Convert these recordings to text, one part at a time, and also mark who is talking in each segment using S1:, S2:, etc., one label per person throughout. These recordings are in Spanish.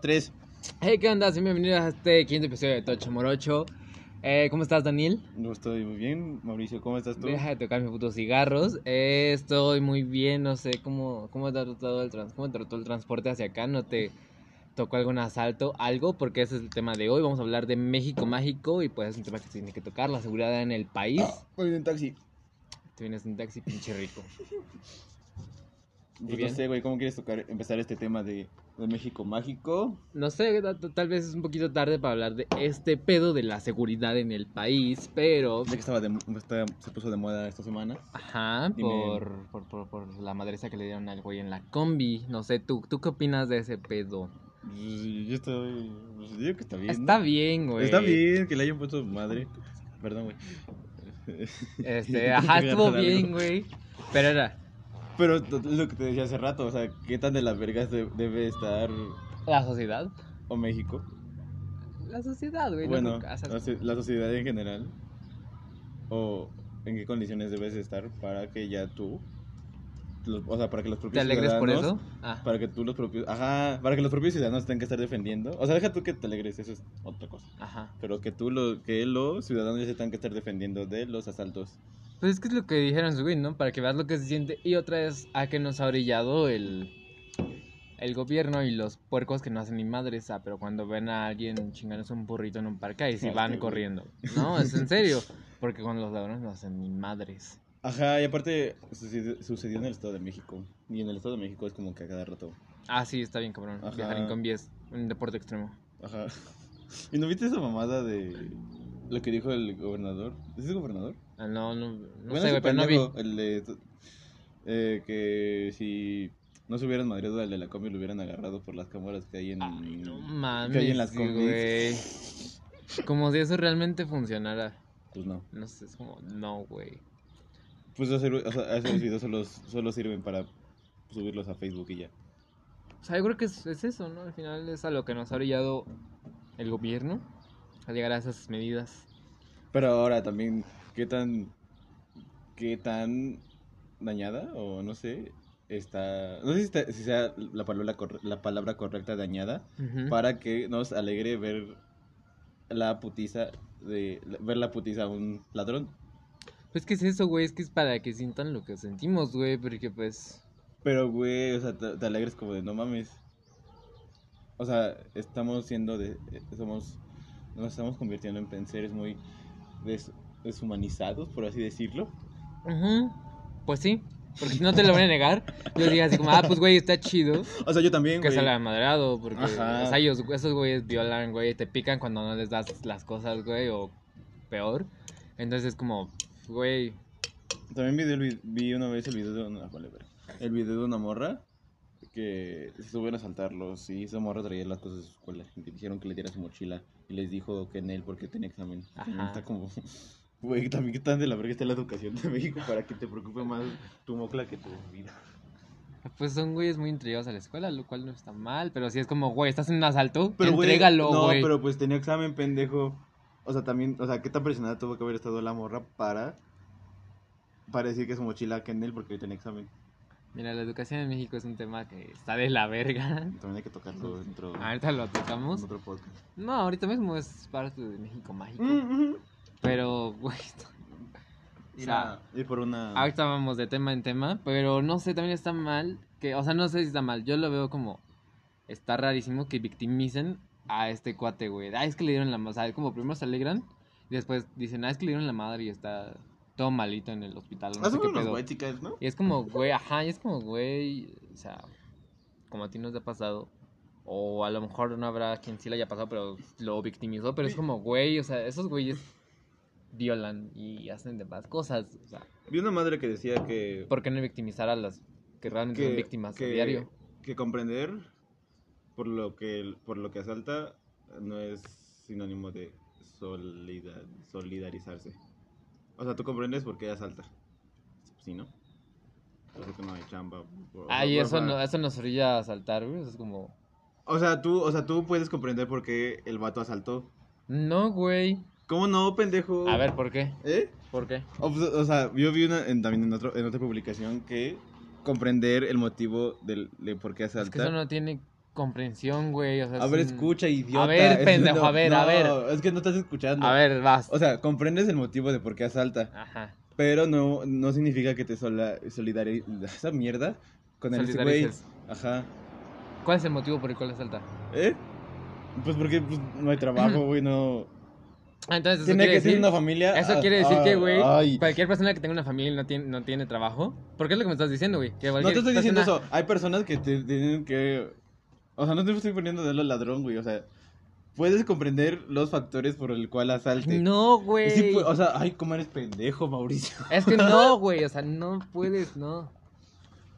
S1: Tres.
S2: Hey, ¿qué onda? Bienvenidos a este quinto episodio de Tocho Morocho. Eh, ¿Cómo estás, Daniel?
S1: No estoy muy bien. Mauricio, ¿cómo estás tú?
S2: Deja de tocar mis putos cigarros. Eh, estoy muy bien, no sé cómo, cómo te ha tratado el trans- cómo te trató el transporte hacia acá. ¿No te tocó algún asalto, algo? Porque ese es el tema de hoy. Vamos a hablar de México mágico y pues es un tema que tiene que tocar, la seguridad en el país.
S1: Voy en taxi.
S2: Te vienes en taxi, pinche rico.
S1: Pues no
S2: bien?
S1: sé, güey, ¿cómo quieres tocar, empezar este tema de, de México mágico?
S2: No sé, ta- ta- tal vez es un poquito tarde para hablar de este pedo de la seguridad en el país, pero...
S1: Ya que estaba de, está- se puso de moda esta semana.
S2: Ajá,
S1: Dime.
S2: por, por, por, por la madreza que le dieron al güey en la combi. No sé, ¿tú, ¿tú qué opinas de ese pedo?
S1: Pues, Yo estoy. pues, digo que está bien. ¿no?
S2: Está bien, güey.
S1: Está bien que le hayan puesto madre. Perdón, güey.
S2: Este, ajá, estuvo
S1: Agarrar algo.
S2: bien, güey. Pero era
S1: Pero t- lo que te decía hace rato, o sea, ¿qué tan de las vergas de- debe estar
S2: la sociedad.
S1: o México?
S2: La sociedad, güey. no
S1: Bueno,
S2: creo que- o sea,
S1: la so- la sociedad en general. O en qué condiciones debes estar para que ya tú, lo- o sea, para que los
S2: ¿Te
S1: propios
S2: alegres por
S1: ciudadanos-
S2: eso? Ah,
S1: Para que tú los propios, ajá, para que los propios ciudadanos tengan que estar defendiendo. O sea, deja tú que te alegres, eso es otra cosa.
S2: ajá.
S1: Pero que tú, lo, que los ciudadanos ya se tengan que estar defendiendo de los asaltos.
S2: Pues es que es lo que dijeron su güey, ¿no? Para que veas lo que se siente. Y otra es a que nos ha orillado el, el gobierno y los puercos que no hacen ni madres, ah, pero cuando ven a alguien chingándose un burrito en un parque, ahí sí
S1: Ay,
S2: van
S1: qué Ah, güey.
S2: corriendo. No, es en serio. Porque cuando los ladrones no hacen ni madres.
S1: Ajá, y aparte sucedió, sucedió en el Estado de México. Y en el Estado de México es como que a cada rato.
S2: Ah, sí, está bien, cabrón.
S1: Ajá.
S2: Viajar en combi es un deporte extremo.
S1: Ajá. ¿Y no viste esa mamada de lo que dijo el gobernador? ¿Es el gobernador?
S2: Ah, No, no, no
S1: Bueno,
S2: sé,
S1: ese
S2: güey, pero no vi.
S1: pendejo, El de, eh, que si no se hubieran madreado al de la combi, lo hubieran agarrado por las cámaras que hay en.
S2: Ay, no
S1: que hay en
S2: mames,
S1: las combis.
S2: güey. Como si eso realmente funcionara.
S1: Pues no.
S2: No sé, es como, no, güey.
S1: Pues hacer, o sea, esos videos solo, solo sirven para subirlos a Facebook y ya.
S2: O sea, yo creo que es, es eso, ¿no? Al final es a lo que nos ha orillado el gobierno a llegar a esas medidas.
S1: Pero ahora también, ¿qué tan. qué tan dañada o no sé? Está. No sé si, está- si sea la palabra, corre- la palabra correcta dañada.
S2: Ujú.
S1: para que nos alegre ver la putiza de ver la putiza a un ladrón.
S2: Pues que es eso, güey, es que es para que sientan lo que sentimos, güey, porque pues...
S1: Pero güey, o sea, te, te alegres como de no mames. O sea, estamos siendo de eh, somos nos estamos convirtiendo en en seres muy des- deshumanizados, por así decirlo.
S2: ujú, Pues sí, porque no te lo van a negar. Yo digo así como, ah, pues güey, está chido
S1: O sea, yo también,
S2: que
S1: güey.
S2: se la han madreado, porque
S1: Ajá.
S2: o sea, ellos, esos güeyes violan, güey, te pican cuando no les das las cosas, güey, o peor. Entonces es como, güey,
S1: También vi, el vi- vi una vez el video de una, vale, verga. el video de una morra que se suben a saltarlos y esa morra traía las cosas de su escuela y le dijeron que le diera su mochila y les dijo que en él porque tenía examen. También
S2: Ajá.
S1: Está como güey, también qué tan de la verga está la educación de México para que te preocupe más tu mocla que tu vida.
S2: Pues son güeyes muy entregados a la escuela, lo cual no está mal, pero si es como, güey, estás en un asalto,
S1: güey,
S2: entrégalo,
S1: no,
S2: güey.
S1: pero pues tenía examen, pendejo. O sea, también, o sea, qué tan presionada tuvo que haber estado la morra para para decir que su mochila que en él porque tenía examen.
S2: Mira, la educación en México es un tema que está de la verga.
S1: También hay que tocarlo dentro
S2: Ahorita Ah, lo
S1: en
S2: tocamos.
S1: otro podcast.
S2: No, ahorita mismo es parte de México Mágico.
S1: Mm.
S2: Pero, güey,
S1: Ir,
S2: sea,
S1: a- ir por una.
S2: ahorita vamos de tema en tema, pero no sé, también está mal que, o sea, no sé si está mal, yo lo veo como, está rarísimo que victimicen a este cuate, güey. Ah, es que le dieron la madre, o sea, como primero se alegran, y después dicen, ah, es que le dieron la madre y está todo malito en el hospital. o No
S1: Ah,
S2: sé
S1: son
S2: qué
S1: unos
S2: pedo.
S1: white chicas, ¿no?
S2: Y es como, güey, ajá, y es como, güey, o sea, como a ti no te ha pasado, o a lo mejor no habrá quien sí le haya pasado, pero lo victimizó, pero es como, güey, o sea, esos güeyes violan y hacen demás cosas, o sea,
S1: Vi una madre que decía que.
S2: ¿por qué no victimizar a las que realmente son víctimas a diario?
S1: Que comprender por lo que, por lo que asalta no es sinónimo de solida- solidarizarse. O sea, tú comprendes por qué asalta. Sí, ¿no? Porque no hay chamba. por-
S2: Ah, y
S1: por-
S2: eso,
S1: por-
S2: no, eso nos orilla a saltar, güey, eso es como,
S1: O sea, tú, o sea, tú puedes comprender por qué el vato asaltó.
S2: no, güey,
S1: ¿Cómo no, pendejo?
S2: a ver, ¿por qué?
S1: ¿Eh?
S2: ¿Por qué?
S1: O, pues, o sea, yo vi una, en- también en, otro, en otra publicación que comprender el motivo del, de por qué
S2: Es que
S1: asaltar.
S2: eso no tiene comprensión, güey. O sea,
S1: A
S2: es
S1: ver,
S2: un-
S1: escucha, idiota.
S2: A ver,
S1: Es-
S2: pendejo,
S1: no,
S2: a ver, a
S1: no,
S2: ver.
S1: Es que no estás escuchando.
S2: A ver, vas.
S1: O sea, comprendes el motivo de por qué asalta,
S2: Ajá.
S1: pero no, no significa que te sola, solidari- esa mierda con el ese güey.
S2: Solidarices.
S1: Ajá.
S2: ¿Cuál es el motivo por el cual asalta?
S1: ¿Eh? Pues porque pues, no hay trabajo, güey, no...
S2: Ah, Entonces, eso
S1: Tiene que
S2: quiere
S1: ser
S2: decir-
S1: una familia...
S2: Eso
S1: ah,
S2: quiere decir
S1: ah,
S2: que, güey,
S1: ay.
S2: cualquier persona que tenga una familia y no tiene, no tiene trabajo. Porque es lo que me estás diciendo, güey. que
S1: No
S2: cualquier
S1: te estoy diciendo
S2: persona-
S1: eso. Hay personas que te tienen que. O sea, no te estoy poniendo de los ladrón, güey. O sea, puedes comprender los factores por el cual asalte.
S2: No,
S1: Y
S2: güey.
S1: sí, pues, o sea, ay, cómo eres pendejo, Mauricio.
S2: Es que no, güey. O sea, no puedes, no.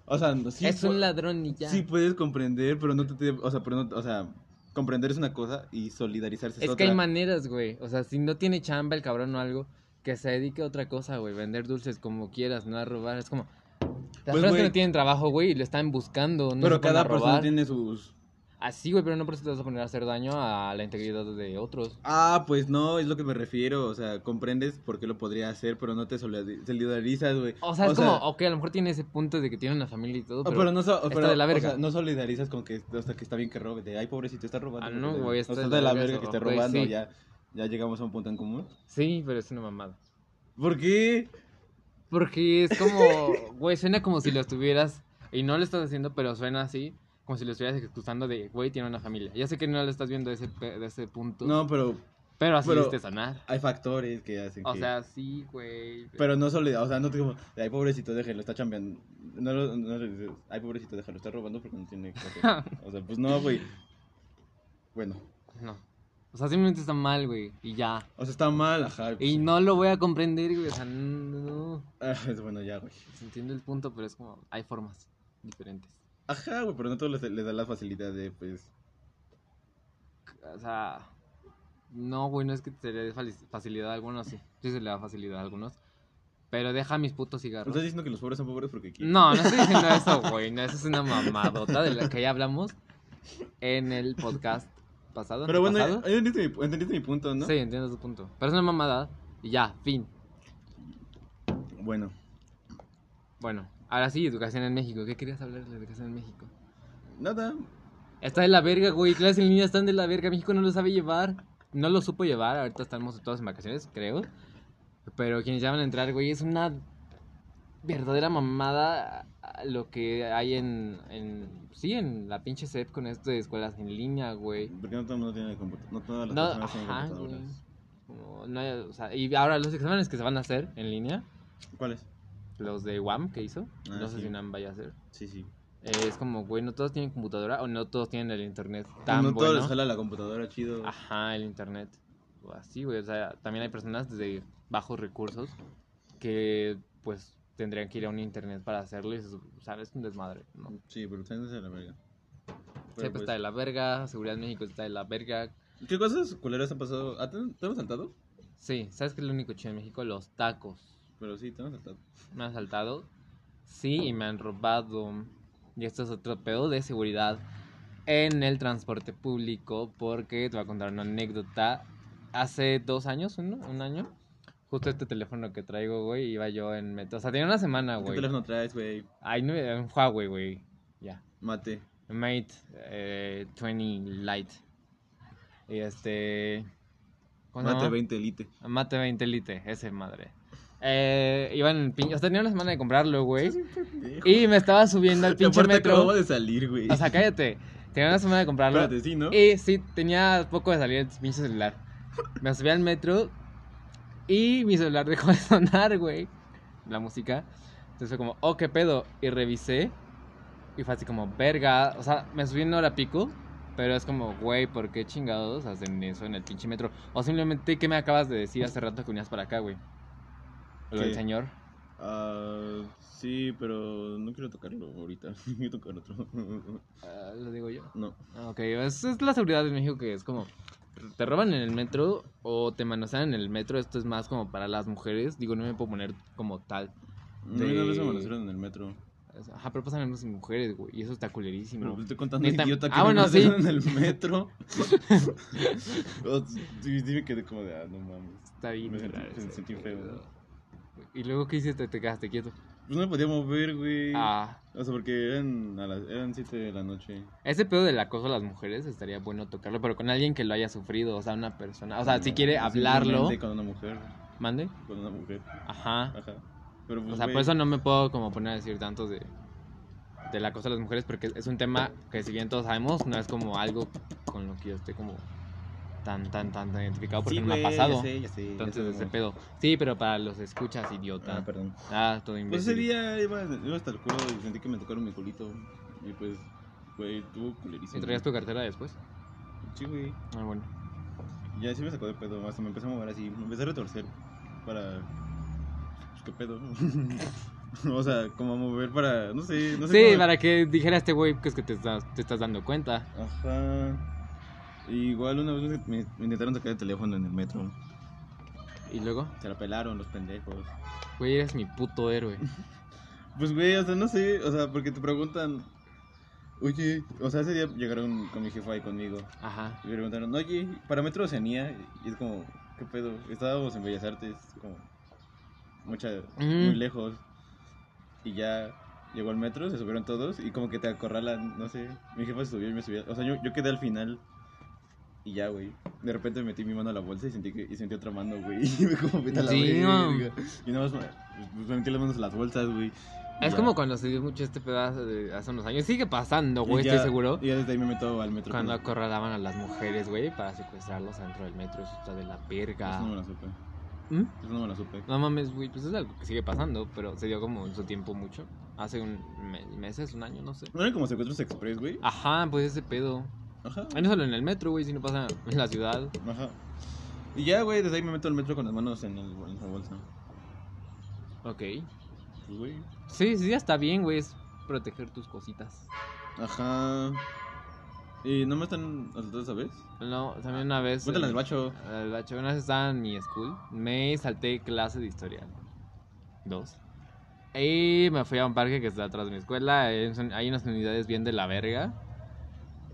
S1: O sea, no- sí,
S2: es
S1: pu-
S2: un ladrón y ya.
S1: sí pues, puedes comprender, pero no te, te- o sea, pero no, o sea, comprender es una cosa y solidarizarse es,
S2: es que
S1: otra.
S2: hay maneras, güey. O sea, si no tiene chamba el cabrón o algo, que se dedique a otra cosa, güey. Vender dulces como quieras, no a robar. Es como. Las
S1: Pues,
S2: personas que
S1: güey.
S2: no tienen trabajo, güey, y lo están buscando. No
S1: pero
S2: se ponen
S1: cada
S2: a
S1: persona
S2: robar.
S1: tiene sus
S2: Así, güey, pero no por eso te vas a poner a hacer daño a la integridad de otros.
S1: Ah, pues no, es lo que me refiero, o sea, comprendes por qué lo podría hacer, pero no te solidari- solidarizas, güey.
S2: O sea, es como, ok, a lo mejor tiene ese punto de que tiene una familia y todo,
S1: Ah, Pero,
S2: pero...
S1: no, so-
S2: está
S1: pero,
S2: de la
S1: o
S2: verga.
S1: sea, no solidarizas con que, o sea, que está bien que robe. De, ay, pobrecito, está robando.
S2: Ah, no,
S1: O sea,
S2: güey, está
S1: o sea,
S2: de
S1: de la
S2: la verga
S1: verga
S2: eso,
S1: que esté
S2: güey,
S1: robando.
S2: sí.
S1: Ya, ya llegamos a un punto en común.
S2: Sí, pero es una mamada.
S1: ¿Por qué?
S2: Porque es como, güey, suena como si lo estuvieras, y no lo estás haciendo, pero suena así, como si lo estuvieras excusando de, güey, tiene una familia. Ya sé que no lo estás viendo de ese, pe- de ese punto,
S1: No, pero
S2: pero así
S1: pero-
S2: viste sonar.
S1: hay factores que hacen
S2: O
S1: que...
S2: sea, sí, güey.
S1: Pero no solidar, o sea, no te como, de, ay, pobrecito, déjelo, está chambeando. No, lo- no le dices, ay, pobrecito, déjalo, está robando porque no tiene... o sea, pues no, güey. Bueno,
S2: No. O sea, simplemente está mal, güey, y ya.
S1: o sea, está mal, ajá. pues,
S2: Y no lo voy a comprender, güey, o sea, no...
S1: ah, es bueno, ya, güey.
S2: Entiendo el punto, pero es como, hay formas diferentes.
S1: Ajá, güey, pero no todos les, les da la facilidad de, pues...
S2: O sea, no, güey, no es que se le dé fali- facilidad a algunos, sí. Sí se le da facilidad a algunos. Pero deja mis putos cigarros.
S1: ¿Estás diciendo que los pobres son pobres porque quieren?
S2: No, no estoy diciendo eso, güey. No, eso es una mamadota de la que ya hablamos en el podcast pasado.
S1: Pero bueno,
S2: ¿antepasado?
S1: eh, entendiste mi, entendiste mi punto, ¿no?
S2: Sí, entiendo tu punto. Pero es una mamada y ya, fin.
S1: Bueno,
S2: Bueno, ahora sí, educación en México. ¿Qué querías hablar de la educación en México?
S1: nada.
S2: Está de la verga, güey. Clases en línea están de la verga. México no lo sabe llevar. No lo supo llevar. Ahorita estamos todos en vacaciones, creo. Pero quienes ya van a entrar, güey, es una verdadera mamada ah, lo que hay en, en- Sí, en la pinche SEP con esto de escuelas en línea, güey.
S1: Porque no todo el mundo tiene computadora. No todas las
S2: No,
S1: personas tienen
S2: ajá,
S1: computadoras.
S2: güey. Como no hay- o sea, y ahora los exámenes que se van a hacer en línea,
S1: ¿Cuáles?
S2: los de UAM que hizo,
S1: Ah,
S2: no sé
S1: sí.
S2: si UNAM vaya a hacer.
S1: Sí, sí.
S2: eh, es como, güey, no todos tienen computadora o no todos tienen el internet tan
S1: no
S2: bueno. Ah.
S1: todos les jala la computadora, chido.
S2: Ajá, el internet. O así, güey. O sea, también hay personas de bajos recursos que, pues, tendrían que ir a un internet para hacerlo. Y, se su- o sea, es un desmadre, ¿no?
S1: Sí, pero también es de la verga. Pero,
S2: CEP
S1: pues,
S2: está de la verga, Seguridad en México está de la verga.
S1: ¿Qué cosas culeras han pasado? Ah, ¿Te, te hemos saltado?
S2: Sí, ¿sabes qué es lo único chido en México? Los tacos.
S1: Pero sí, te hemos saltado.
S2: Me han asaltado. Sí, y me han robado. Y esto es otro pedo de seguridad en el transporte público. Porque te voy a contar una anécdota. Hace dos años, uno, un año. Justo este teléfono que traigo, güey, iba yo en metro. O sea, tenía una semana,
S1: ¿Qué
S2: Ah, güey.
S1: teléfono traes, güey?
S2: Ay, no, un Huawei, güey. Ya.
S1: Mate.
S2: Mate eh, 20 Lite. Y este. ¿cómo se
S1: Mate
S2: llama?
S1: 20 Elite.
S2: Mate 20 Elite, ese madre. Eh, iba en el pinche. O sea, tenía una semana de comprarlo, güey. Y me estaba subiendo al
S1: Y
S2: pinche
S1: aparte
S2: metro.
S1: acabamos de salir, güey.
S2: O sea, cállate. Tenía una semana de comprarlo.
S1: Espérate, sí, ¿no?
S2: Y sí, tenía poco de salir el pinche celular. Me subí al metro y mi celular dejó de sonar, güey. La música. Entonces fue como, oh, qué pedo. Y revisé. Y fue así como, verga. O sea, me subí en hora pico. Pero es como, güey, ¿por qué chingados hacen eso en el pinche metro? O simplemente, ¿qué me acabas de decir hace rato que venías para acá, güey? Lo del
S1: ¿Qué?
S2: señor.
S1: Ah, sí, pero no quiero tocarlo ahorita. Quiero tocar otro.
S2: Ah, lo digo yo.
S1: no.
S2: Ah, Ok, es, es la seguridad de México que es como te roban en el metro o te manosean en el metro. Esto es más como para las mujeres. Digo, no me puedo poner como tal.
S1: No,
S2: De-
S1: Una vez me amanecieron en el metro.
S2: Ajá, pero pasan hombres y mujeres, güey. Y eso está
S1: Pero
S2: culerísimo.
S1: te estoy contando
S2: Neta.
S1: idiota que
S2: Ah,
S1: me
S2: bueno, sí.
S1: amanecieron en el metro. O- sí, Dime que como de, ah, no mames.
S2: Está bien.
S1: Me sentí-
S2: raro
S1: me
S2: ese
S1: sentí feo.
S2: pedo. ¿Y luego qué hiciste? Te quedaste quieto.
S1: Pues no me podía mover, güey.
S2: Ah,
S1: O sea, porque eran, a las, eran 7 de la noche.
S2: Ese pedo del acoso a las mujeres estaría bueno tocarlo, pero con alguien que lo haya sufrido, o sea, una persona. O sea, si quiere hablarlo,
S1: Simplemente Con una mujer.
S2: mande.
S1: Con una mujer.
S2: Ajá.
S1: Ajá. Pero pues,
S2: O sea, por
S1: güey,
S2: eso no me puedo como poner a decir tanto de, de la cosa de las mujeres, porque es un tema que si bien todos sabemos, no es como algo con lo que yo esté como tan, tan, tan, tan identificado, porque
S1: sí,
S2: no me
S1: güey,
S2: ha pasado.
S1: Ya sé, ya sé, ya
S2: Entonces,
S1: sé
S2: ese
S1: cómo.
S2: pedo. Sí, pero para los escuchas,
S1: Ah,
S2: idiota.
S1: perdón.
S2: Ah, todo
S1: Pues
S2: imbécil.
S1: ese día iba, iba hasta el culo y sentí que me tocaron mi culito. Y pues, güey, estuvo culerísimo.
S2: ¿Y traías tu cartera después?
S1: Sí, güey.
S2: Ah, bueno.
S1: Ya sí me sacó de pedo, hasta me empecé a mover así, me empecé a retorcer para... Pues, ¿Qué pedo? o sea, como a mover para... No sé, no sé.
S2: sí,
S1: cómo-
S2: para que dijera este güey que es que te estás, te estás dando cuenta.
S1: Ajá. Igual una vez me, me intentaron sacar el teléfono en el metro.
S2: Y luego,
S1: Se la pelaron los pendejos.
S2: güey, eres mi puto héroe.
S1: Pues güey, o sea, no sé, o sea, porque te preguntan... Oye, o sea, ese día llegaron con mi jefa y conmigo.
S2: Ajá.
S1: Y me preguntaron, oye, para Metro Oceanía. Y es como, ¿qué pedo? Estábamos en Bellas Artes, como, mucha,
S2: Mm.
S1: muy lejos. Y ya llegó el metro, se subieron todos y como que te acorralan, no sé. Mi jefa se subió y me subía. O sea, yo, yo quedé al final. Y ya, güey. De repente metí mi mano a la bolsa y sentí, que, y sentí otra mano, güey. Y me como, vete a la
S2: Sí, no.
S1: verga". Y nada más me, me metí las manos a las bolsas, güey. y
S2: Es
S1: ya.
S2: como cuando se dio mucho este pedazo de hace unos años. Sigue pasando, güey,
S1: Y ya-
S2: estoy seguro.
S1: Y ya desde ahí me meto al metro. pues,
S2: Cuando
S1: con-
S2: acorralaban a las mujeres, güey, para secuestrarlos dentro del metro, eso está de la
S1: Eso no me
S2: verga.
S1: la supe.
S2: ¿Mm?
S1: Eso no me la supe.
S2: No mames, güey, pues es algo que sigue pasando, pero se dio como en su tiempo mucho. Hace un me- meses, un año, no sé.
S1: ¿No eran como secuestros express, güey?
S2: Ajá, pues ese pedo.
S1: Ajá.
S2: Ah, No solo en el metro, güey, sino pasa en la ciudad.
S1: Ajá. Y ya, güey, desde ahí me meto al metro con las manos en, el, en la bolsa.
S2: Ok.
S1: Pues, güey.
S2: Sí, sí, ya está bien, güey, es proteger tus cositas.
S1: Ajá. ¿Y no me están asaltando esa vez?
S2: No, también una vez.
S1: Cuéntala del
S2: eh,
S1: bacho.
S2: Al bacho, una vez estaba en mi school, me salté clase de historia. Dos. Y me fui a un parque que está atrás de mi escuela. es un- Hay unas unidades bien de la verga.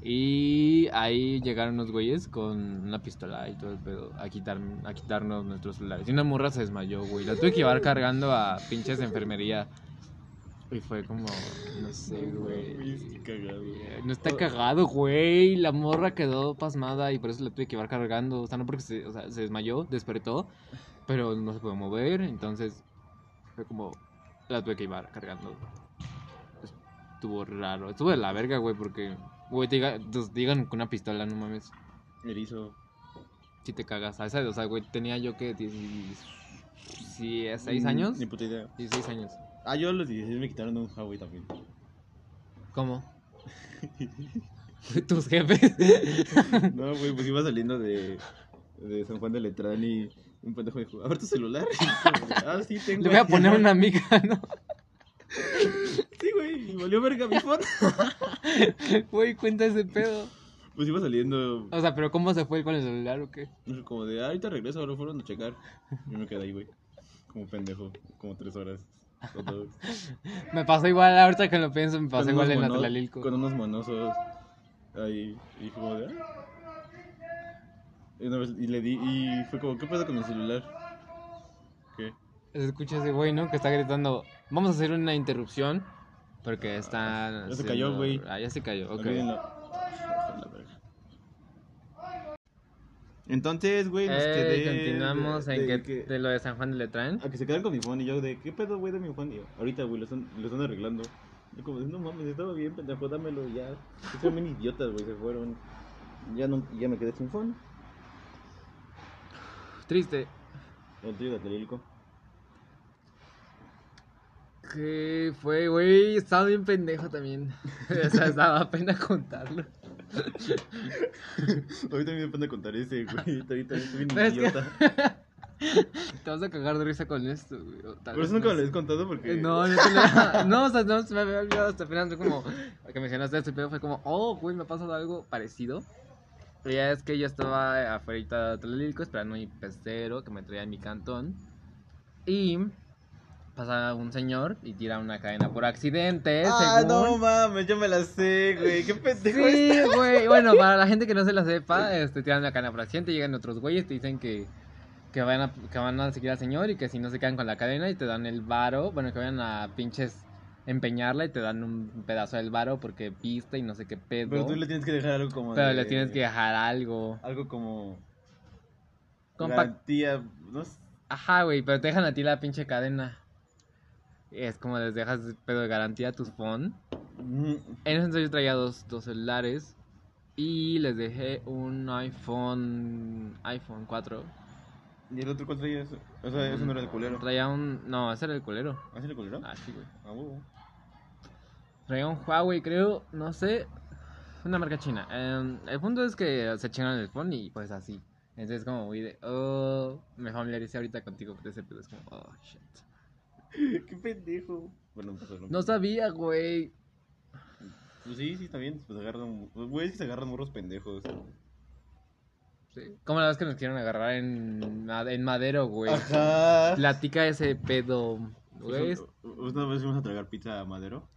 S2: Y ahí llegaron unos güeyes con una pistola y todo el pedo a, quitar, a quitarnos nuestros celulares. Y una morra se desmayó, güey. La tuve que llevar cargando a pinches enfermería. Y fue como, no sé, güey.
S1: Qué cagado.
S2: No está cagado, güey. La morra quedó pasmada y por eso la tuve que llevar cargando. O sea, no porque se, o sea, se desmayó, despertó, pero no se pudo mover. Entonces, fue como. La tuve que llevar cargando. Estuvo raro. Estuvo de la verga, güey, porque. Güey, te, diga- te digan con una pistola, no mames.
S1: Erizo.
S2: Si te cagas. A esa, o sea, güey, tenía yo que. 16
S1: Mm,
S2: años.
S1: Ni puta idea.
S2: 16 años.
S1: Ah, yo a los 16 me quitaron un Huawei también.
S2: ¿Cómo? Tus jefes.
S1: No, güey, pues iba saliendo de, de San Juan de Letrán y un pendejo dijo, a ver tu celular. ah, sí, tengo.
S2: Le voy a poner
S1: ahí".
S2: una mica, ¿no?
S1: Sí, güey, y valió verga mi foto.
S2: Güey, cuenta ese pedo.
S1: Pues iba saliendo
S2: O sea, pero ¿cómo se fue él con el celular o qué?
S1: Y Como de, "Ah, ahorita regreso, ahora fueron a checar. Yo me quedé ahí, güey. Como pendejo, como tres horas. con todos.
S2: Me pasó igual, ahorita que lo pienso, me pasó
S1: Con
S2: igual
S1: unos
S2: en
S1: mono-
S2: Atlalilco.
S1: Con unos monosos ahí. Y como de, "Ah". Y, una vez- y le di, y fue como, ¿qué pasa con mi celular? ¿Qué?
S2: Se escucha ese güey, ¿no? Que está gritando. Vamos a hacer una interrupción. Porque está.
S1: Ah, ya se cayó, güey.
S2: Ah, ya se cayó, ok.
S1: Olvídenlo. Ah, la verga. Entonces, güey, nos
S2: Eh,
S1: quedé
S2: continuamos
S1: de- Ah.
S2: en
S1: de
S2: que, de lo de San Juan de Letrán.
S1: A que se quedan con mi phone y yo de, ¿qué pedo, güey, de mi phone? Y yo, ahorita, güey, lo están, lo están arreglando. Yo como, de, no mames, estaba bien, pendejo, dámelo ya. Sí, Son bien idiotas, güey, se fueron. Ya, no, ya me quedé sin phone.
S2: Triste.
S1: El tuyo de Atlérico.
S2: Que fue, güey, estaba bien pendejo también. o sea, estaba pena contarlo.
S1: Ahorita me depende contar ese, güey. Ahorita estoy bien
S2: Es que-
S1: idiota.
S2: Te vas a cagar de risa con esto, güey. o tal
S1: Por
S2: vez
S1: eso nunca
S2: no
S1: me lo
S2: sé.
S1: has contado porque.
S2: No, no, te la- no, o sea, no, se me había olvidado hasta apenas fue como, que mencionaste este pedo, fue como, oh, güey, me ha pasado algo parecido. Y ya es que yo estaba afuera de Tlatelolco esperando a mi pestero que me traía en mi cantón. Y pasa un señor y tira una cadena por accidente,
S1: Ah, no
S2: según...
S1: mames, yo me la sé, güey. Qué pendejo es.
S2: Sí, güey, bueno, para la gente que no se la sepa, este, tiran una cadena por accidente, llegan otros güeyes, te dicen que... Que van, a, que van a seguir al señor y que si no se quedan con la cadena y te dan el varo, bueno, que vayan a pinches empeñarla y te dan un pedazo del varo porque viste y no sé qué pedo.
S1: Pero tú le tienes que dejar algo como.
S2: Pero
S1: de-
S2: le tienes que dejar algo.
S1: Algo como.
S2: Compa-
S1: Garantía. No sé.
S2: Ajá, güey, pero te dejan a ti la pinche cadena. Es como les dejas pedo de garantía a tus phone.
S1: Mm,
S2: En ese entonces yo traía dos, dos celulares y les dejé un iPhone iPhone 4.
S1: ¿Y el otro cuál traía eso? O sea, Eh, eso no era el culero.
S2: Traía un... No, ese era el culero.
S1: ¿Ah, sí era el culero?
S2: Ah, sí, güey.
S1: Ah, huevo.
S2: Traía un Huawei, creo, no sé. Una marca china. Em, el punto es que se chingaron el phone y pues así. Entonces como muy de... Oh, me familiaricé ahorita contigo por ese pedo. Es como... Oh, shit.
S1: Qué pendejo. Bueno, pues bueno,
S2: No sabía, güey.
S1: Pues sí, sí, está bien. Pues agarran. pues, Güey, es que se agarran morros pendejos.
S2: Sí. Como la vez que nos quisieron agarrar en, ma- en madero, güey.
S1: Ajá.
S2: Platica ese pedo, güey.
S1: Pues, Una vez fuimos a tragar pizza a Madero.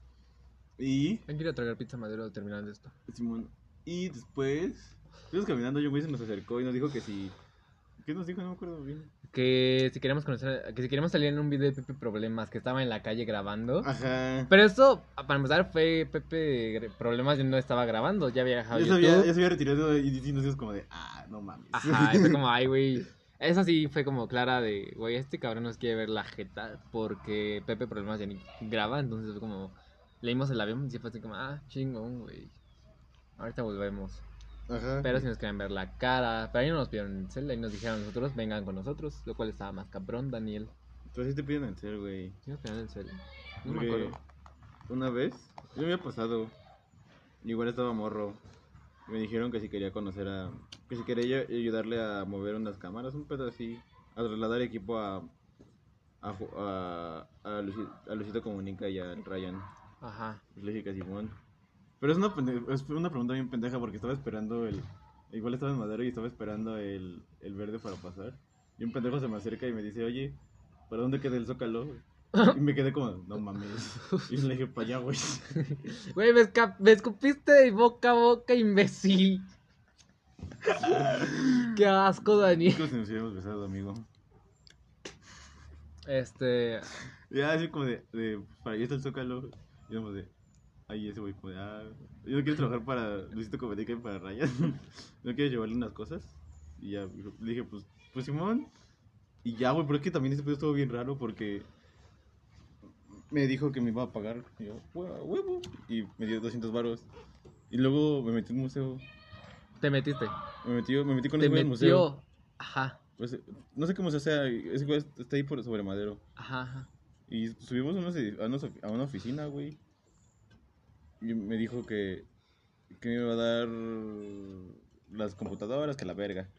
S1: Y.
S2: Tengo que ir a tragar pizza madero terminando esto.
S1: Simón. Y después. Fuimos caminando. Y un güey se nos acercó y nos dijo que si. ¿Qué nos dijo? No me acuerdo bien.
S2: Que si queremos conocer, que si queremos salir en un video de Pepe Problemas, que estaba en la calle grabando.
S1: Ah. Ajá.
S2: Pero esto, para empezar, fue Pepe Gre- Problemas, yo no estaba grabando, ya había dejado
S1: Ya se,
S2: YouTube.
S1: había, ya se había retirado y, y nos como de, ah, no mames.
S2: Ajá, y fue como, ay, güey. Eso sí fue como clara de, güey, este cabrón nos quiere ver la jeta porque Pepe Problemas ya ni graba, entonces fue como, leímos el avión y sí fue así como, ah, chingón, güey. Ahorita volvemos.
S1: Ajá.
S2: Pero si nos querían ver la cara, pero ahí no nos pidieron el cel, ahí nos dijeron a nosotros, vengan con nosotros, lo cual estaba más cabrón, Daniel.
S1: Pero sí te piden el cel, güey.
S2: Sí nos pidieron el cel. No me
S1: Porque
S2: acuerdo.
S1: Una vez, yo me había pasado. Igual estaba morro. Me dijeron que si quería conocer a. Que si quería yo- ayudarle a mover unas cámaras, un pedo así. A trasladar equipo a. A, Ju- a, a, Luci- a Luisito Comunica y a Ryan.
S2: Ajá.
S1: Pues le dije que Simón. Pero es una, pende- es una pregunta bien pendeja porque estaba esperando el. Igual estaba en Madero y estaba esperando el, el verde para pasar. Y un pendejo se me acerca y me dice, oye, ¿para dónde queda el zócalo? Y me quedé como, no mames. Y le dije, para allá, güey.
S2: Güey, me, esca- me escupiste de boca a boca, imbécil. Qué asco, Daniel.
S1: Chicos, si nos hubiéramos besado, amigo.
S2: Este.
S1: Ya, así como de, de, para allá está el zócalo. Y como de, ahí ese güey, como de, ah, yo no quiero trabajar para Luisito Comunica y para Ryan. no quiero llevarle unas cosas. Y ya, dijo- le dije, pues, pues Simón. Y ya, güey, pero es que también ese pedo estuvo bien raro porque me dijo que me iba a pagar. Y yo, "Hue- huevo. Y me dio 200 varos. Y luego me metí en un museo.
S2: Te metiste.
S1: Me metí, me metí con
S2: Te
S1: ese güey al museo.
S2: metió. Ajá.
S1: Pues, no sé cómo se hace, ese güey está ahí por, sobre madero.
S2: Ajá. ajá.
S1: Y subimos unos edi- a, unos ofi- a una oficina, güey. Y me dijo que, que me iba a dar las computadoras, que la verga.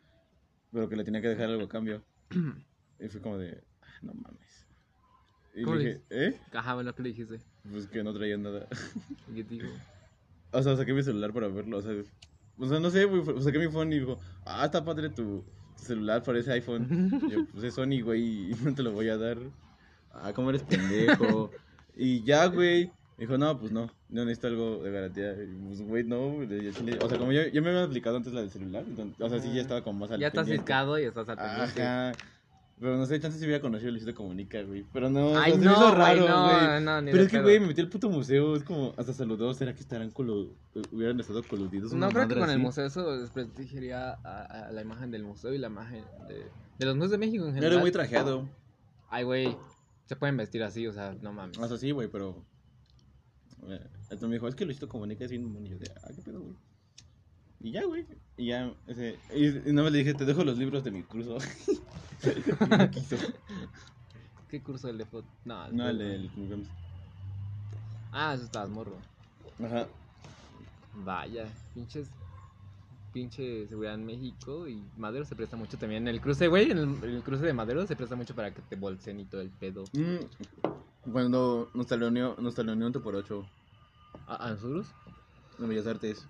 S1: Pero que le tenía que dejar algo a cambio. Y fue como de, "Ah, no mames. Y
S2: ¿Cómo
S1: le
S2: le
S1: dije, ¿eh?
S2: Ajá, bueno, ¿qué le dijiste?
S1: Pues que no traía nada.
S2: ¿Y qué te digo?
S1: O sea, saqué mi celular para verlo. O sea, o sea no sé, güey. fue- Saqué mi phone y dijo, ah, está padre tu tu celular, parece iPhone. Y yo, pues es Sony, güey, y no te lo voy a dar. Ah, ¿cómo eres pendejo? y ya, güey. Me Dijo, no, pues no, no necesito algo de garantía. Y, Pues, güey, no. güey, de- de- O sea, como yo, yo me había aplicado antes la del celular, entonces- o sea, sí, ya estaba como más al
S2: Ya estás
S1: pendiente.
S2: ciscado y estás al pendiente.
S1: Ajá. Pero no sé, chance si hubiera conocido el Luisito Comunica, güey. Pero no,
S2: Ay,
S1: o sea, se me
S2: no,
S1: hizo
S2: güey,
S1: raro,
S2: no,
S1: güey.
S2: no, ni
S1: Pero
S2: de
S1: es que,
S2: pedo.
S1: güey, me metí al puto museo, es como, hasta saludó, ¿será que estarán colu- hubieran estado coludidos?
S2: No
S1: Una
S2: creo que
S1: madre
S2: con el
S1: así.
S2: museo eso desprestigiaría a, a la imagen del museo y la imagen de, de los museos de México en
S1: No era
S2: general.
S1: muy trajeado.
S2: Ay, güey, se pueden vestir así, o sea, no mames.
S1: O sea, sí, güey, pero... eh, Entonces me dijo, es que Luisito Comunica es bien mamón. Y yo de, ah, qué pedo, güey. Y ya, güey. Y ya, ese... Y, y nada más le dije, te dejo los libros de mi curso. Y no quiso.
S2: ¿Qué curso del de fot? No,
S1: No, el
S2: de-
S1: del... Congreso.
S2: Ah, eso estabas morro.
S1: Ajá.
S2: Vaya, pinches. Pinche seguridad en México y Madero se presta mucho también. El cruce, güey, en el, el cruce de Madero se presta mucho para que te bolsen y todo el pedo.
S1: Mm, Cuando nos talonió, nos talonió un por ocho
S2: ¿A, a nosotros?
S1: en Bellas Artes.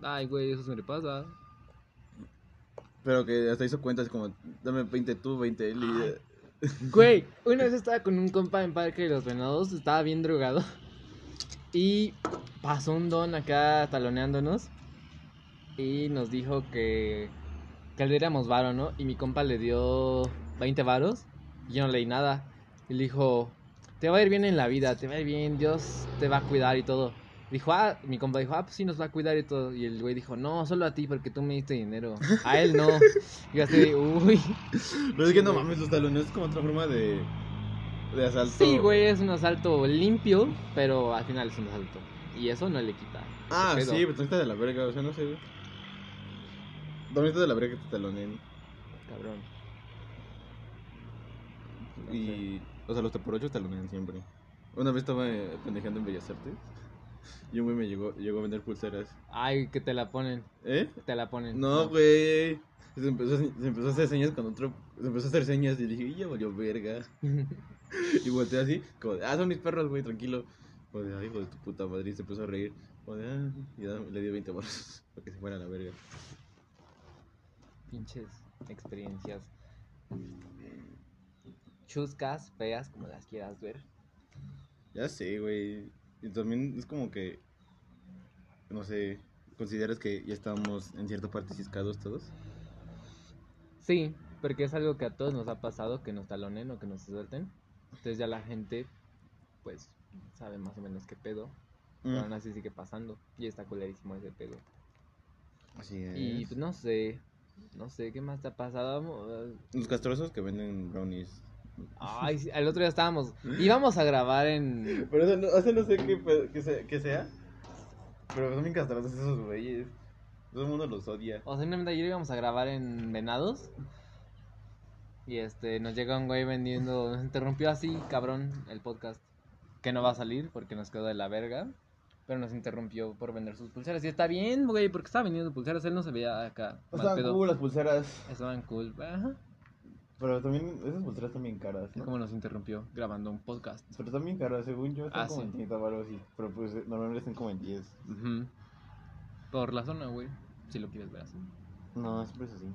S2: Ay, güey, eso se me pasa.
S1: Pero que hasta hizo cuentas como, dame 20 tú, 20 él. Y, eh,
S2: Güey, una vez estaba con un compa en Parque de los Venados, estaba bien drogado. Y pasó un don acá taloneándonos. Y nos dijo que, que le diéramos varo, ¿no? Y mi compa le dio 20 varos. Y yo no leí nada. Y le dijo, te va a ir bien en la vida, te va a ir bien, Dios te va a cuidar y todo. Dijo, ah, mi compa dijo, ah, pues sí nos va a cuidar y todo. Y el güey dijo, no, solo a ti porque tú me diste dinero. A él no. Y yo así, de, uy.
S1: Pero es que no mames, los talones es como otra forma de, de asalto.
S2: Sí, güey, es un asalto limpio, pero al final es un asalto. Y eso no le quita.
S1: Ah,
S2: Qué pedo.
S1: sí, pero también está de la verga, o sea, no sé, güey. También está de la verga que te taloneen.
S2: Cabrón. No
S1: Y, o sea, los te por ocho talonean siempre. Una vez estaba eh, pendejando en Bellas Artes y un güey me llegó, llegó a vender pulseras.
S2: Ay, que te la ponen,
S1: ¿Eh?
S2: que te la ponen.
S1: No, güey. Se empezó, a- se empezó a hacer señas con otro. Se empezó a hacer señas y dije, "Y ya valió verga. Y volteé así, como de, ah, son mis perros, güey, tranquilo. Como de, "Ay, hijo de tu puta madre, y se empezó a reír. Como de, ah, y ya le dio 20 bolas para que se fuera a la verga.
S2: Pinches experiencias. Chuscas, feas, como las quieras ver.
S1: Ya sé, güey. Y también es como que, no sé, ¿consideras que ya estábamos en cierta parte ciscados todos?
S2: Sí, porque es algo que a todos nos ha pasado, que nos talonen o que nos suelten. Entonces ya la gente, pues, sabe más o menos qué pedo.
S1: Mm.
S2: Pero aún así sigue pasando. Y está culerísimo ese pedo.
S1: Mm, Así es.
S2: Y pues no sé, no sé, ¿qué más te ha pasado?
S1: Los castrosos que venden brownies.
S2: Ay, sí, el otro día estábamos, íbamos a grabar en...
S1: Pero eso no, eso no sé qué, pe- qué se- qué sea. Pero son bien castrosos esos güeyes. Todo el mundo los odia.
S2: O sea, simplemente ayer íbamos a grabar en Venados. Y este, nos llega un güey vendiendo. Nos interrumpió así, cabrón, el podcast. Que no va a salir porque nos quedó de la verga. Pero nos interrumpió por vender sus pulseras. Y está bien, güey, porque estaba vendiendo pulseras. Él no se veía acá. mal
S1: Están
S2: pedo.
S1: cool las pulseras.
S2: Estaban cool. Ajá.
S1: Pero también, esas pulseras están bien caras. ¿no?
S2: ¿Cómo nos interrumpió grabando un podcast?
S1: Pero están bien caras, según yo, están
S2: Ah,
S1: como
S2: sí.
S1: en 30 baros. Y, pero pues eh, normalmente están como en 10.
S2: Ujú. Por la zona, güey. Si lo quieres ver así.
S1: No, siempre es así.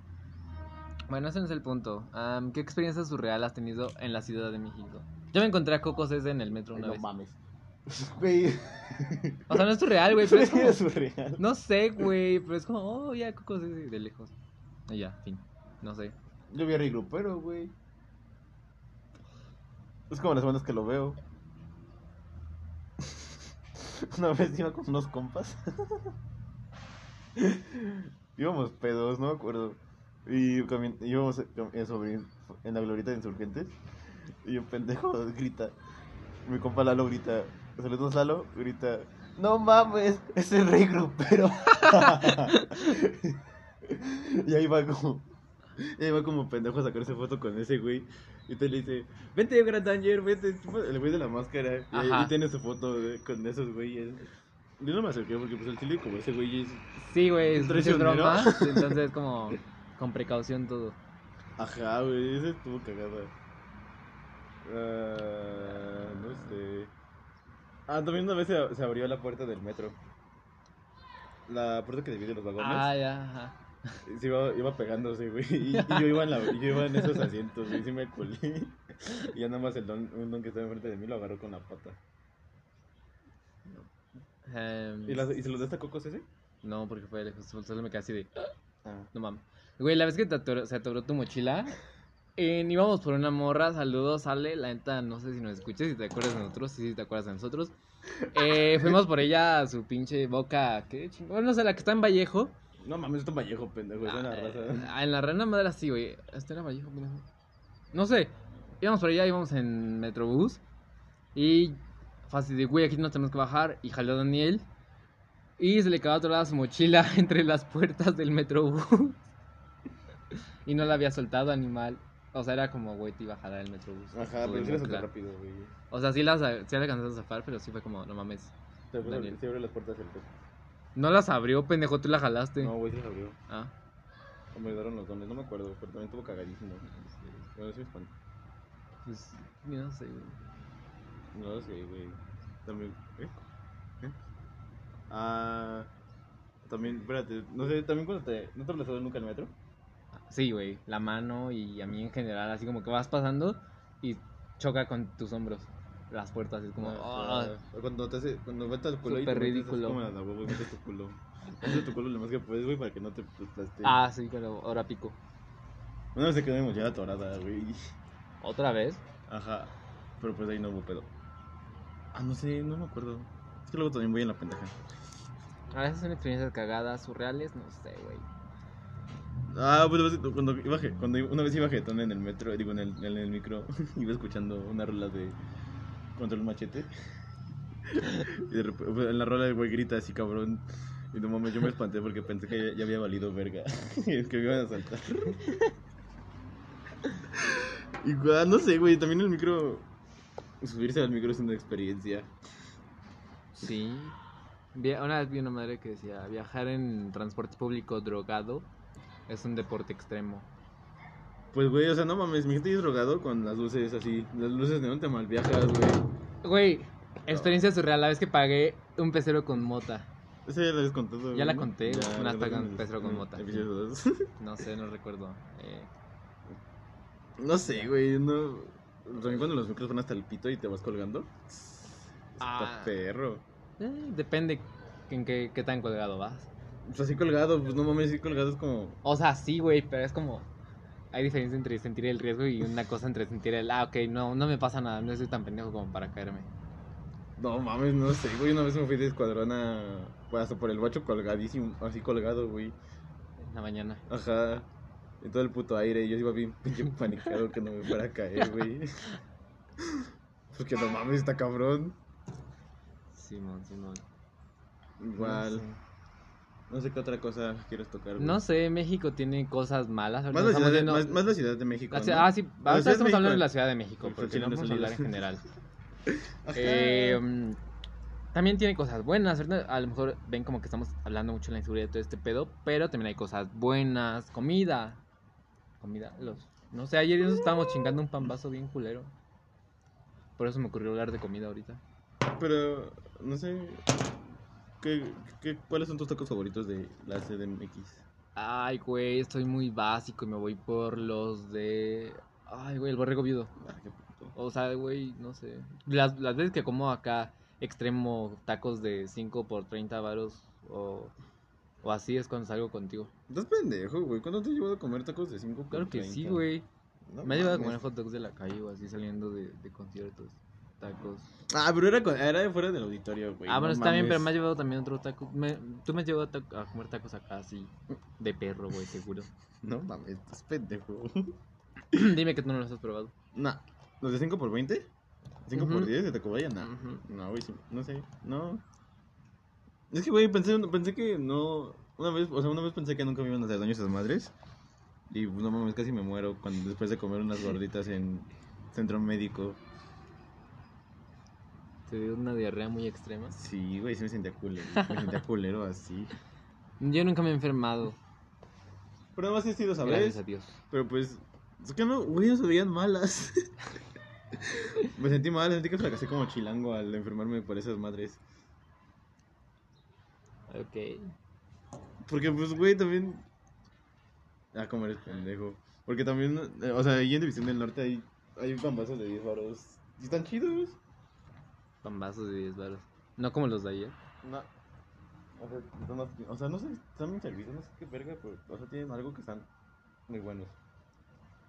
S2: Bueno, ese no es el punto. Am, ¿Qué experiencia surreal has tenido en la Ciudad de México? Yo me encontré a Cocos ese en el metro
S1: Ay,
S2: una
S1: no
S2: vez.
S1: mames. Güey.
S2: O sea, no es surreal, güey, pero Pues, es como...
S1: Es surreal.
S2: No sé, güey, pero es como, oh, ya, Cocos ese de lejos. Y ya, fin. No sé.
S1: Yo vi a Rey Grupero, güey. Es como las semanas que lo veo. Una vez iba con unos compas. íbamos pedos, no me acuerdo. Y cami- íbamos cam- en, sobre- en la glorieta de insurgentes. Y un pendejo grita. Mi compa Lalo grita. Saludos Lalo, grita. No mames, es el rey grupero. y ahí va como. Y ahí va como pendejo a sacarse foto con ese güey. Y te le dice, vente Grand Danger, vente. El güey de la máscara. eh, Y ahí-
S2: Ajá.
S1: y tiene su foto eh, con esos güeyes. Yo no me acerqué porque pues el chile como ese güey es...
S2: Sí, güey,
S1: ¿Un
S2: es mucha
S1: traicionero?
S2: broma. Entonces, como, con precaución todo.
S1: Ajá, güey, ese estuvo cagada. Ah, no sé. Ah, también una vez se, se abrió la puerta del metro. La puerta que divide los vagones.
S2: Ah, ya, ajá.
S1: Y Se iba, iba pegándose, güey. Y, y yo, iba en la- y yo iba en esos asientos, güey. Sí me colé. Y ya nada más el don, un don que estaba enfrente de mí lo agarró con la pata.
S2: Em,
S1: ¿Y, la- y se los da esta cocos ese?
S2: No, porque fue lejos, solo me quedé así de...
S1: Ah.
S2: No mames. Güey, la vez que te atoró- se atoró tu mochila, en- íbamos por una morra, saludos, sale, la neta, no sé si nos escuches, si te acuerdas de nosotros, sí, si te acuerdas de nosotros. Eh, fuimos por ella a su pinche boca, qué chingón, no sé, la que está en Vallejo.
S1: No mames, esto es Vallejo, pendejo. Es una
S2: Ah,
S1: Pues raza.
S2: ah, en la Reina Madera sí, güey. Este era Vallejo, pendejo. No sé. Íbamos por allá, íbamos en Metrobús. Y fácil de, güey, aquí no tenemos que bajar. Y jaló Daniel. Y se le quedó atorada su mochila entre las puertas del Metrobús. y no la había soltado, animal. O sea, era como, güey, te iba a jalar el Metrobús.
S1: Ajá,
S2: Tú,
S1: pero sí la
S2: no,
S1: sacó
S2: claro.
S1: rápido, güey.
S2: O sea, sí la, sa- sí la alcanzó a zafar, pero sí fue como, no mames.
S1: Se abrió-
S2: Daniel.
S1: se abrió las puertas del metro.
S2: No las abrió, pendejo, tú la jalaste.
S1: No, güey, sí se abrió.
S2: Ah.
S1: O me dieron los dones, no me acuerdo, pero también estuvo cagadísimo. No sé, Juan.
S2: Pues, no sé, güey.
S1: No sé, güey. También. ¿Eh? ¿Eh? Ah. También, espérate, no sé, también cuando te. ¿No te ha pasado nunca el metro?
S2: Sí, güey, la mano y a mí en general, así como que vas pasando y choca con tus hombros las puertas, es como...
S1: Ah,
S2: "Ah".
S1: o cuando te hace. Cuando metes el culo y te
S2: Súper
S1: metes así
S2: ridículo.
S1: como a la huevo y metes tu culo. Metes tu culo lo más que puedes, güey, para que no te plastees.
S2: Ah, sí, pero ahora pico.
S1: Una vez se quedó mi mochila atorada, güey.
S2: ¿Otra vez?
S1: Ajá. Pero pues ahí no hubo pedo. Ah, no sé, no me acuerdo. Es que luego también voy en la pendeja.
S2: A veces son experiencias cagadas, surreales, no sé, güey.
S1: Ah, pues cuando, iba, je- cuando iba- una vez iba jetón en el metro, digo, en el, en el micro, iba escuchando una rola de Control Machete. y de rep- pues, en la rola el güey grita así, cabrón. Y no mames, yo me espanté porque pensé que ya, ya había valido verga. y es que me iban a saltar. y güey, no sé, güey, también el micro. Subirse al micro es una experiencia.
S2: Sí. Via- Una vez vi una madre que decía, viajar en transporte público drogado es un deporte extremo.
S1: Pues, güey, o sea, no mames, mi gente es drogado con las luces así. Las luces neón te malviajas, güey.
S2: Güey, experiencia surreal, la vez que pagué un pecero con mota.
S1: Esa ya la habías contado.
S2: Ya la
S1: ¿no?
S2: conté, una
S1: la conté
S2: hasta con
S1: en el-
S2: Pedro con
S1: en el
S2: Mota.
S1: episodio dos.
S2: No sé, no recuerdo. Eh,
S1: no sé, güey, no... También cuando los micros van hasta el pito y te vas colgando.
S2: Ah.
S1: Está perro.
S2: eh, depende en qué, qué tan colgado vas.
S1: Pues así colgado, pues no mames, así colgado es como...
S2: O sea, sí, güey, pero es como... Hay diferencia entre sentir el riesgo y una cosa entre sentir el... Ah, ok, no, no me pasa nada, no soy tan pendejo como para caerme.
S1: No mames, no sé, güey, una vez me fui de escuadrón a... pues, hasta por el bacho colgadísimo, así colgado, güey.
S2: En la mañana.
S1: Ajá. En todo el puto aire, y yo iba bien pinche panicado que no me fuera a caer, güey. Porque no mames, está cabrón.
S2: Simón, Simón.
S1: Igual.
S2: No sé.
S1: No sé qué otra cosa quieres tocar, güey.
S2: No sé, México tiene cosas malas. ahorita
S1: Más la,
S2: estamos
S1: ciudad de,
S2: viendo-
S1: más, más la Ciudad de México.
S2: la
S1: ¿no?
S2: ciudad- Ah, sí,
S1: La
S2: ahorita
S1: Ciudad de
S2: estamos hablando de la
S1: México.
S2: Ciudad de México,
S1: Porque
S2: porque no
S1: no
S2: vamos a
S1: salidas.
S2: hablar en general.
S1: Ajá.
S2: Eh, mm, también tiene cosas buenas, ¿verdad? A lo mejor ven como que estamos hablando mucho de la inseguridad y todo este pedo, pero también hay cosas buenas. Comida. Comida, los... No sé, ayer nos estábamos chingando un pambazo bien culero. Por eso me ocurrió hablar de comida ahorita.
S1: Pero, no sé. ¿qué, qué, cuáles son tus tacos favoritos de la CDMX?
S2: Ay, güey, estoy muy básico y me voy por los de... Ay, güey, el borrego viudo.
S1: Ah, qué puto.
S2: O sea, güey, no sé. Las, las veces que como acá extremo tacos de 5 por 30 varos o, o así es cuando salgo contigo.
S1: Estás pendejo, güey. ¿Cuándo te has llevado a comer tacos de 5
S2: Claro que sí, güey. Me ha llevado a comer hot dogs de la calle o así saliendo de, de conciertos. Tacos.
S1: Ah, pero era, con- era de fuera del auditorio, güey.
S2: ah, bueno,
S1: no
S2: está bien,
S1: mames.
S2: pero me ha llevado también otros tacos. Me- tú me has llevado a, ta- a comer tacos acá así de perro, güey, seguro.
S1: No mames, estás pendejo.
S2: Dime que tú no los has probado.
S1: nah. ¿Los de 5 por 20? ¿5
S2: Ujú.
S1: por 10 de Tacubaya? Nah.
S2: Ujú.
S1: No, güey, sí, no sé, no. Es que, güey, pensé, pensé que no. Una vez, o sea, una vez pensé que nunca me iban a hacer daño esas madres. Y no mames, casi me muero cuando, después de comer unas gorditas en centro médico.
S2: Te dio una diarrea muy extrema.
S1: Sí, güey, sí me sentía culero. Me sentía culero así.
S2: Yo nunca me he enfermado.
S1: Pero además he sido,
S2: Gracias
S1: ¿sabes?
S2: a Dios.
S1: Pero pues, es que no, güey, no se veían malas. me sentí mal, sentí que fracasé como chilango al enfermarme por esas madres.
S2: Ok.
S1: Porque, pues, güey, también. Ah, como eres pendejo. Porque también, eh, o sea, ahí en División del Norte hay, hay pambazos de 10 varos. Y están chidos.
S2: Pambazos de 10 varos. No como los de ayer.
S1: No. O sea, están más- o sea, no sé, están bien servidos, no sé qué verga, pero, o sea, tienen algo que están muy buenos.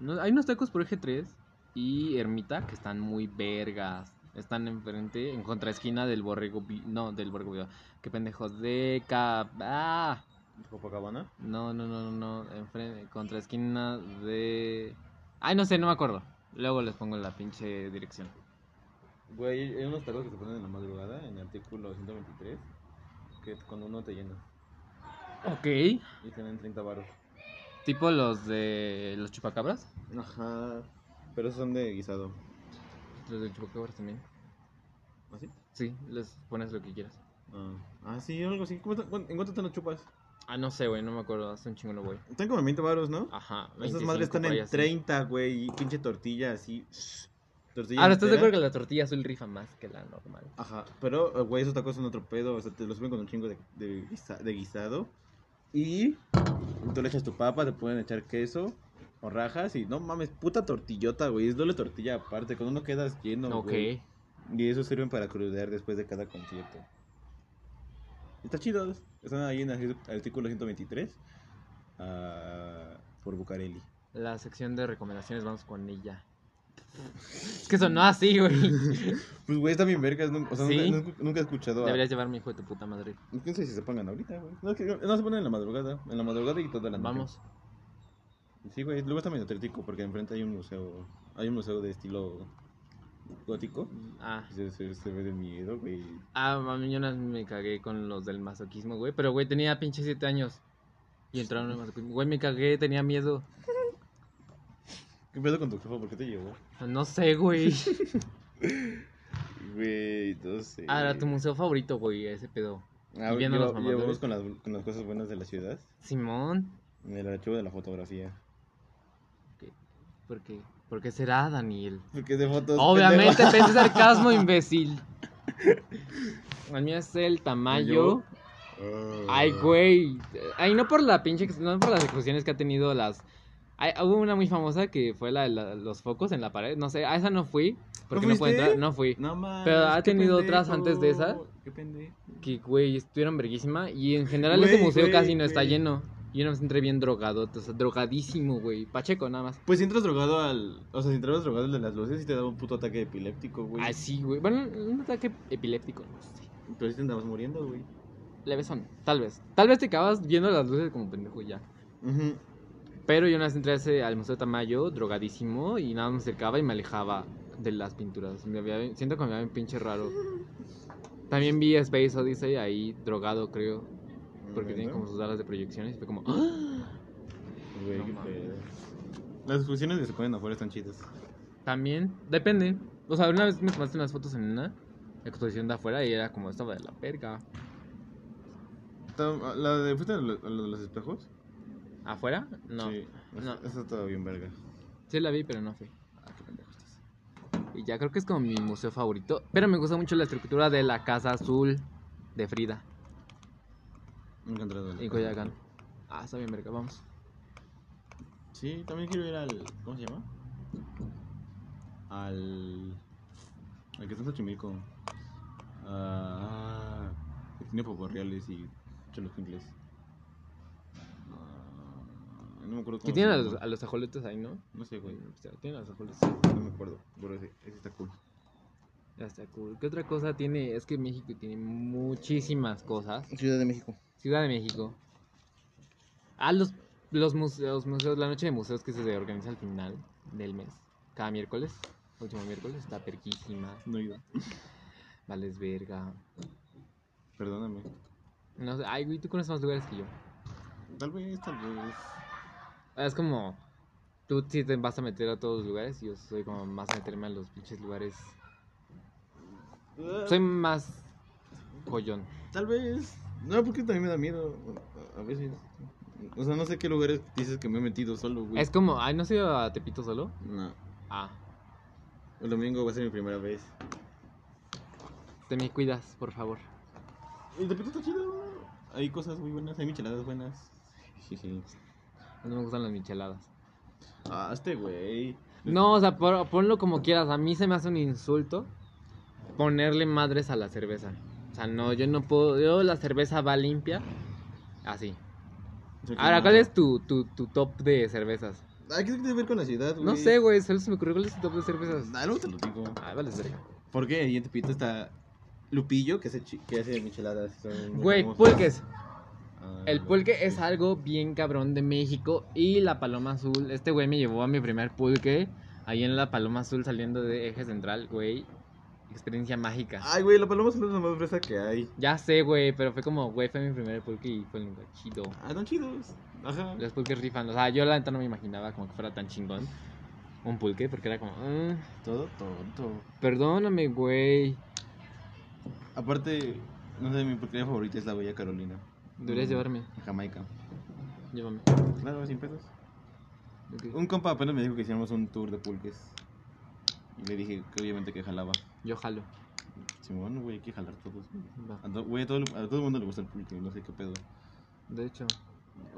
S2: No, hay unos tacos por eje 3 y Ermita que están muy vergas. Están enfrente, en contraesquina del borrego. Vi- No, del borrego. Viva. Qué pendejos. De Cap. ¡Ah!
S1: Copacabana.
S2: No, no, no, no. no. Enfrente, contraesquina de. Ay, no sé, no me acuerdo. Luego les pongo la pinche dirección.
S1: Güey, hay unos tacos que se ponen en la madrugada, en el artículo 123, que cuando uno te llena.
S2: Ok.
S1: Y tienen 30 varos.
S2: Tipo los de los chupacabras.
S1: Ajá. Pero esos son de guisado.
S2: Los de chupacabras también.
S1: ¿Así?
S2: Sí, les pones lo que quieras.
S1: Ah, ah sí, algo así. ¿Cómo están- ¿En cuánto te lo chupas?
S2: Ah, no sé, güey, no me acuerdo. Hace un chingo no voy.
S1: Están como en 20 varos, ¿no?
S2: Ajá.
S1: Esas
S2: 25
S1: madres están
S2: Ah, por ahí
S1: en
S2: así.
S1: 30, güey. y Pinche tortilla así. Tortilla
S2: Ahora, Ah, ¿estás de
S1: entera.
S2: acuerdo que la tortilla azul rifa más que la normal?
S1: Ajá. Pero, eh, güey, esos tacos son otro pedo. O sea, te los suben con un chingo de, de guisa- de guisado. Y tú le echas tu papa, te pueden echar queso o rajas. Y no mames, puta tortillota, güey. Es doble tortilla aparte. Con uno quedas lleno,
S2: ok.
S1: güey. Y eso sirven para crudear después de cada concierto. Está chido. Están ahí en el artículo 123. ah, por Bucareli.
S2: La sección de recomendaciones vamos con ella. Es que sonó así, güey.
S1: Pues, güey, está bien vergas. nun- O sea, nunca-
S2: Sí.
S1: nunca, nunca he escuchado a...
S2: Deberías llevarme, hijo de tu puta madre.
S1: No sé si se pongan ahorita, güey. No, que- no se ponen en la madrugada. En la madrugada y toda la noche.
S2: Vamos.
S1: Sí, güey, el lugar está medio tétrico porque enfrente hay un museo. Hay un museo de estilo gótico.
S2: Ah.
S1: Se, se- se ve de miedo, güey.
S2: Ah, mami, yo una vez me cagué con los del masoquismo, güey. Pero, güey, tenía pinche siete años. Y entraron en el masoquismo. Güey, me cagué, tenía miedo.
S1: ¿Qué pedo con tu jefa? ¿Por qué te llevó?
S2: No sé, güey.
S1: Güey, no sé.
S2: Ah, era tu museo favorito, güey, ese pedo.
S1: Ah, güey,
S2: viendo
S1: lleva-
S2: los mamadores.
S1: llevamos con las, con las cosas buenas de la ciudad.
S2: Simón.
S1: En el archivo de la fotografía.
S2: ¿Qué? ¿Por qué? ¿Por qué será, Daniel?
S1: Porque es de fotos.
S2: Obviamente,
S1: pendejo.
S2: pensé sarcasmo, imbécil. El mío es el Tamayo. Ay,
S1: ah.
S2: güey. Ay, no por la pinche, ex- no por las explosiones que ha tenido las... Ay, hubo una muy famosa que fue la de la- los focos en la pared. No sé, a esa no fui. Porque no, pude
S1: fuiste?
S2: entrar, no fui.
S1: No mames.
S2: Pero ha
S1: qué
S2: tenido otras
S1: pendejo,
S2: antes de esa.
S1: Qué pendejo.
S2: Que, güey, estuvieron verguísima. Y en general ese
S1: Güey,
S2: museo
S1: güey,
S2: casi no está
S1: güey.
S2: lleno. Yo no me entré bien drogado, o sea, drogadísimo, güey. Pacheco, nada más.
S1: Pues si entras drogado al. O sea, si entras drogado al de las luces, sí te daba un puto ataque epiléptico, güey.
S2: Así, Ah, güey. Bueno, un ataque epiléptico, no sé.
S1: Pero sí te andabas muriendo, güey.
S2: Levesón, tal vez. Tal vez te acabas viendo las luces como pendejo y ya.
S1: Ujú.
S2: Pero yo una vez entré a ese- al Museo Tamayo, drogadísimo, y nada más me acercaba y me alejaba de las pinturas. Me había- siento que me había un pinche raro. También vi Space Odyssey ahí, drogado, creo. Porque tiene como sus alas de proyecciones y fue como... ¡ah!
S1: Güey,
S2: No
S1: qué
S2: mames.
S1: pedo. Las exposiciones que se ponen afuera están chidas.
S2: También, depende. O sea, una vez me tomaste unas fotos en una exposición de afuera y era como estaba de la perga.
S1: Está- ¿La de, ¿Fuiste a lo, a lo de los espejos?
S2: ¿Afuera? No.
S1: Sí.
S2: no.
S1: Esa está bien verga.
S2: Sí la vi, pero no fui.
S1: Ah, qué pendejo estás.
S2: Y ya creo que es como mi museo favorito. Pero me gusta mucho la estructura de la Casa Azul de Frida
S1: Me encantará la-
S2: en Coyacán. Ah, está bien, verga, vamos.
S1: Sí, también quiero ir al. ¿Cómo se llama? Al. Al que está en Xochimilco. Ah. Que tiene poporreales y cholos ingles. Ah, no me acuerdo cómo.
S2: Que
S1: se
S2: tienen a
S1: llama.
S2: los, a los ajolotes ahí, ¿no?
S1: No sé, güey.
S2: O sea, Tienen a los ajolotes.
S1: No me acuerdo. Pero ese, ese está cool.
S2: Ya está cool. ¿Qué otra cosa tiene? Es que México tiene muchísimas cosas.
S1: Ciudad de México.
S2: Ciudad de México. Ah, los, los museos, museos, la noche de museos que se organiza al final del mes. Cada miércoles, último miércoles, está perquísima.
S1: No he ido.
S2: Vales verga.
S1: Perdóname.
S2: No sé, ay, güey, tú conoces más lugares que yo.
S1: Tal vez, tal vez.
S2: Es como, tú sí te vas a meter a todos los lugares, yo soy como más a meterme a los pinches lugares. Soy más collón.
S1: Tal vez. No, porque también me da miedo. A a veces. O sea, no sé qué lugares dices que me he metido solo, güey.
S2: Es como, ay, ¿no has ido a Tepito solo?
S1: No.
S2: Ah,
S1: El domingo va a ser mi primera vez.
S2: te me cuidas, por favor.
S1: El Tepito está chido. Hay cosas muy buenas, hay micheladas buenas.
S2: No me gustan las micheladas.
S1: Ah, este güey.
S2: No, o sea, por- ponlo como quieras. A mí se me hace un insulto ponerle madres a la cerveza. O sea, no, yo no puedo, yo la cerveza va limpia, así. Ahora, ¿cuál es tu, tu, tu top de cervezas?
S1: Hay que tiene que ver con la ciudad, güey.
S2: No sé, güey, solo se me ocurrió cuál es tu top de cervezas.
S1: Ah, luego te lo digo.
S2: Ay, vale, verga.
S1: Porque ahí en Tepito está Lupillo, que hace, chi- que hace micheladas. son muy
S2: Güey,
S1: famosas.
S2: pulques.
S1: Ah,
S2: El
S1: no,
S2: pulque
S1: sí.
S2: es algo bien cabrón de México. Y la paloma azul. Este güey me llevó a mi primer pulque. Ahí en la paloma azul saliendo de eje central, güey. Experiencia mágica.
S1: Ay, güey, la paloma es la más fresa que hay.
S2: Ya sé, güey, pero fue como, güey, fue mi primer pulque y fue nunca chido.
S1: Ah, no chidos. Ajá.
S2: Los pulques rifan. O sea, yo la neta no me imaginaba como que fuera tan chingón un pulque, porque era como, "Mm,
S1: Todo tonto.
S2: perdóname, güey.
S1: Aparte, no sé, mi porquería favorita es la Bella Carolina.
S2: Deberías
S1: Mm,
S2: llevarme.
S1: Jamaica.
S2: Llévame.
S1: Claro, 100 pesos.
S2: Ok.
S1: Un compa apenas me dijo que hiciéramos un tour de pulques. Y le dije que obviamente que jalaba.
S2: Yo jalo.
S1: Simón, güey, hay que jalar todos. güey.
S2: Va.
S1: A, to- güey, a todo, el- a todo el mundo le gusta el pulque, no sé qué pedo.
S2: De hecho.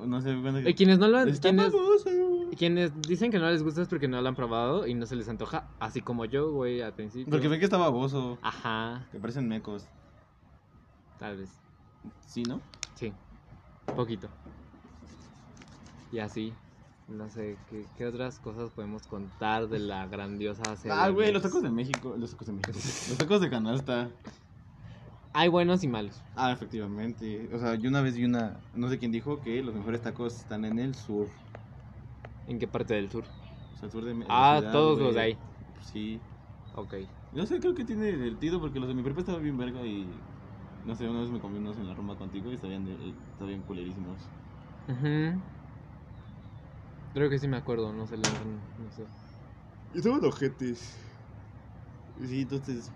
S1: No sé, bueno,
S2: Eh, quienes no lo han...
S1: Está
S2: quienes-
S1: famoso.
S2: Quienes dicen que no les gusta es porque no lo han probado y no se les antoja, así como yo, güey, al principio.
S1: Porque ven que está baboso.
S2: Ajá,
S1: Que parecen mecos.
S2: tal vez.
S1: ¿Sí, no?
S2: Sí, poquito. Y así. No sé, ¿qué, qué otras cosas podemos contar de la grandiosa serie?
S1: Ah, güey,
S2: Mex?
S1: los tacos de México. Los tacos de México. Los tacos de canasta.
S2: Hay buenos y malos.
S1: Ah, efectivamente. O sea, yo una vez vi una. No sé quién dijo que los mejores tacos están en el sur.
S2: ¿En qué parte del sur?
S1: O sea, el sur de Me- de
S2: Ah,
S1: la ciudad,
S2: todos
S1: güey.
S2: los de ahí.
S1: Sí.
S2: Ok.
S1: No sé, creo que tiene divertido porque los de mi prepa estaban bien verga y. No sé, una vez me comí unos en la Roma contigo y estaban, de- estaban culerísimos.
S2: Ujú. Creo que sí me acuerdo, no sé, la verdad, no sé.
S1: Y estaban ojetes. Sí, entonces.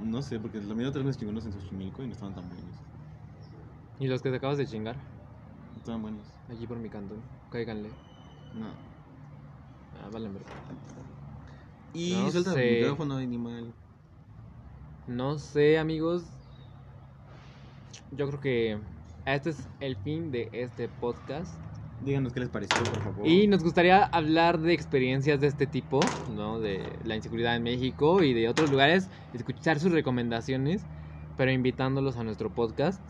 S1: No sé, porque la mía otra vez chingones en Xochimilco y no estaban tan buenos.
S2: ¿Y los que te acabas de chingar?
S1: No estaban buenos.
S2: Allí por mi cantón. Cáiganle.
S1: No.
S2: Ah, valen verga.
S1: Y
S2: No
S1: suelta
S2: sé.
S1: el micrófono, animal.
S2: No sé, amigos. Yo creo que este es el fin de este podcast.
S1: Díganos qué les pareció, por favor.
S2: Y nos gustaría hablar de experiencias de este tipo, ¿no? De la inseguridad en México y de otros lugares, escuchar sus recomendaciones, pero invitándolos a nuestro podcast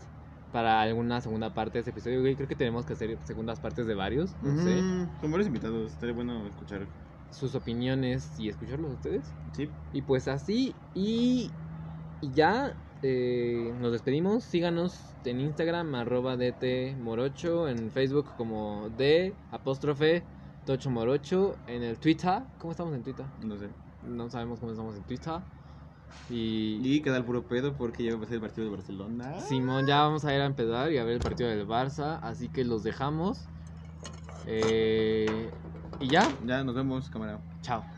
S2: para alguna segunda parte de este episodio. Güey, creo que tenemos que hacer segundas partes de varios, no sé.
S1: Ujú, Con varios invitados, estaría bueno escuchar.
S2: Sus opiniones y escucharlos a ustedes.
S1: Sí.
S2: Y pues así, y, y ya eh, nos despedimos. Síganos en Instagram, arroba DT Morocho, en Facebook como D apóstrofe Tocho Morocho, en el Twitter. ¿Cómo estamos en Twitter?
S1: No sé.
S2: No sabemos cómo estamos en Twitter. Y
S1: Y queda el puro pedo porque ya va a ser el partido de Barcelona.
S2: Simón, ya vamos a ir a empezar y a ver el partido del Barça, así que los dejamos. Eh, y ya,
S1: Ya nos vemos, cámara.
S2: chao.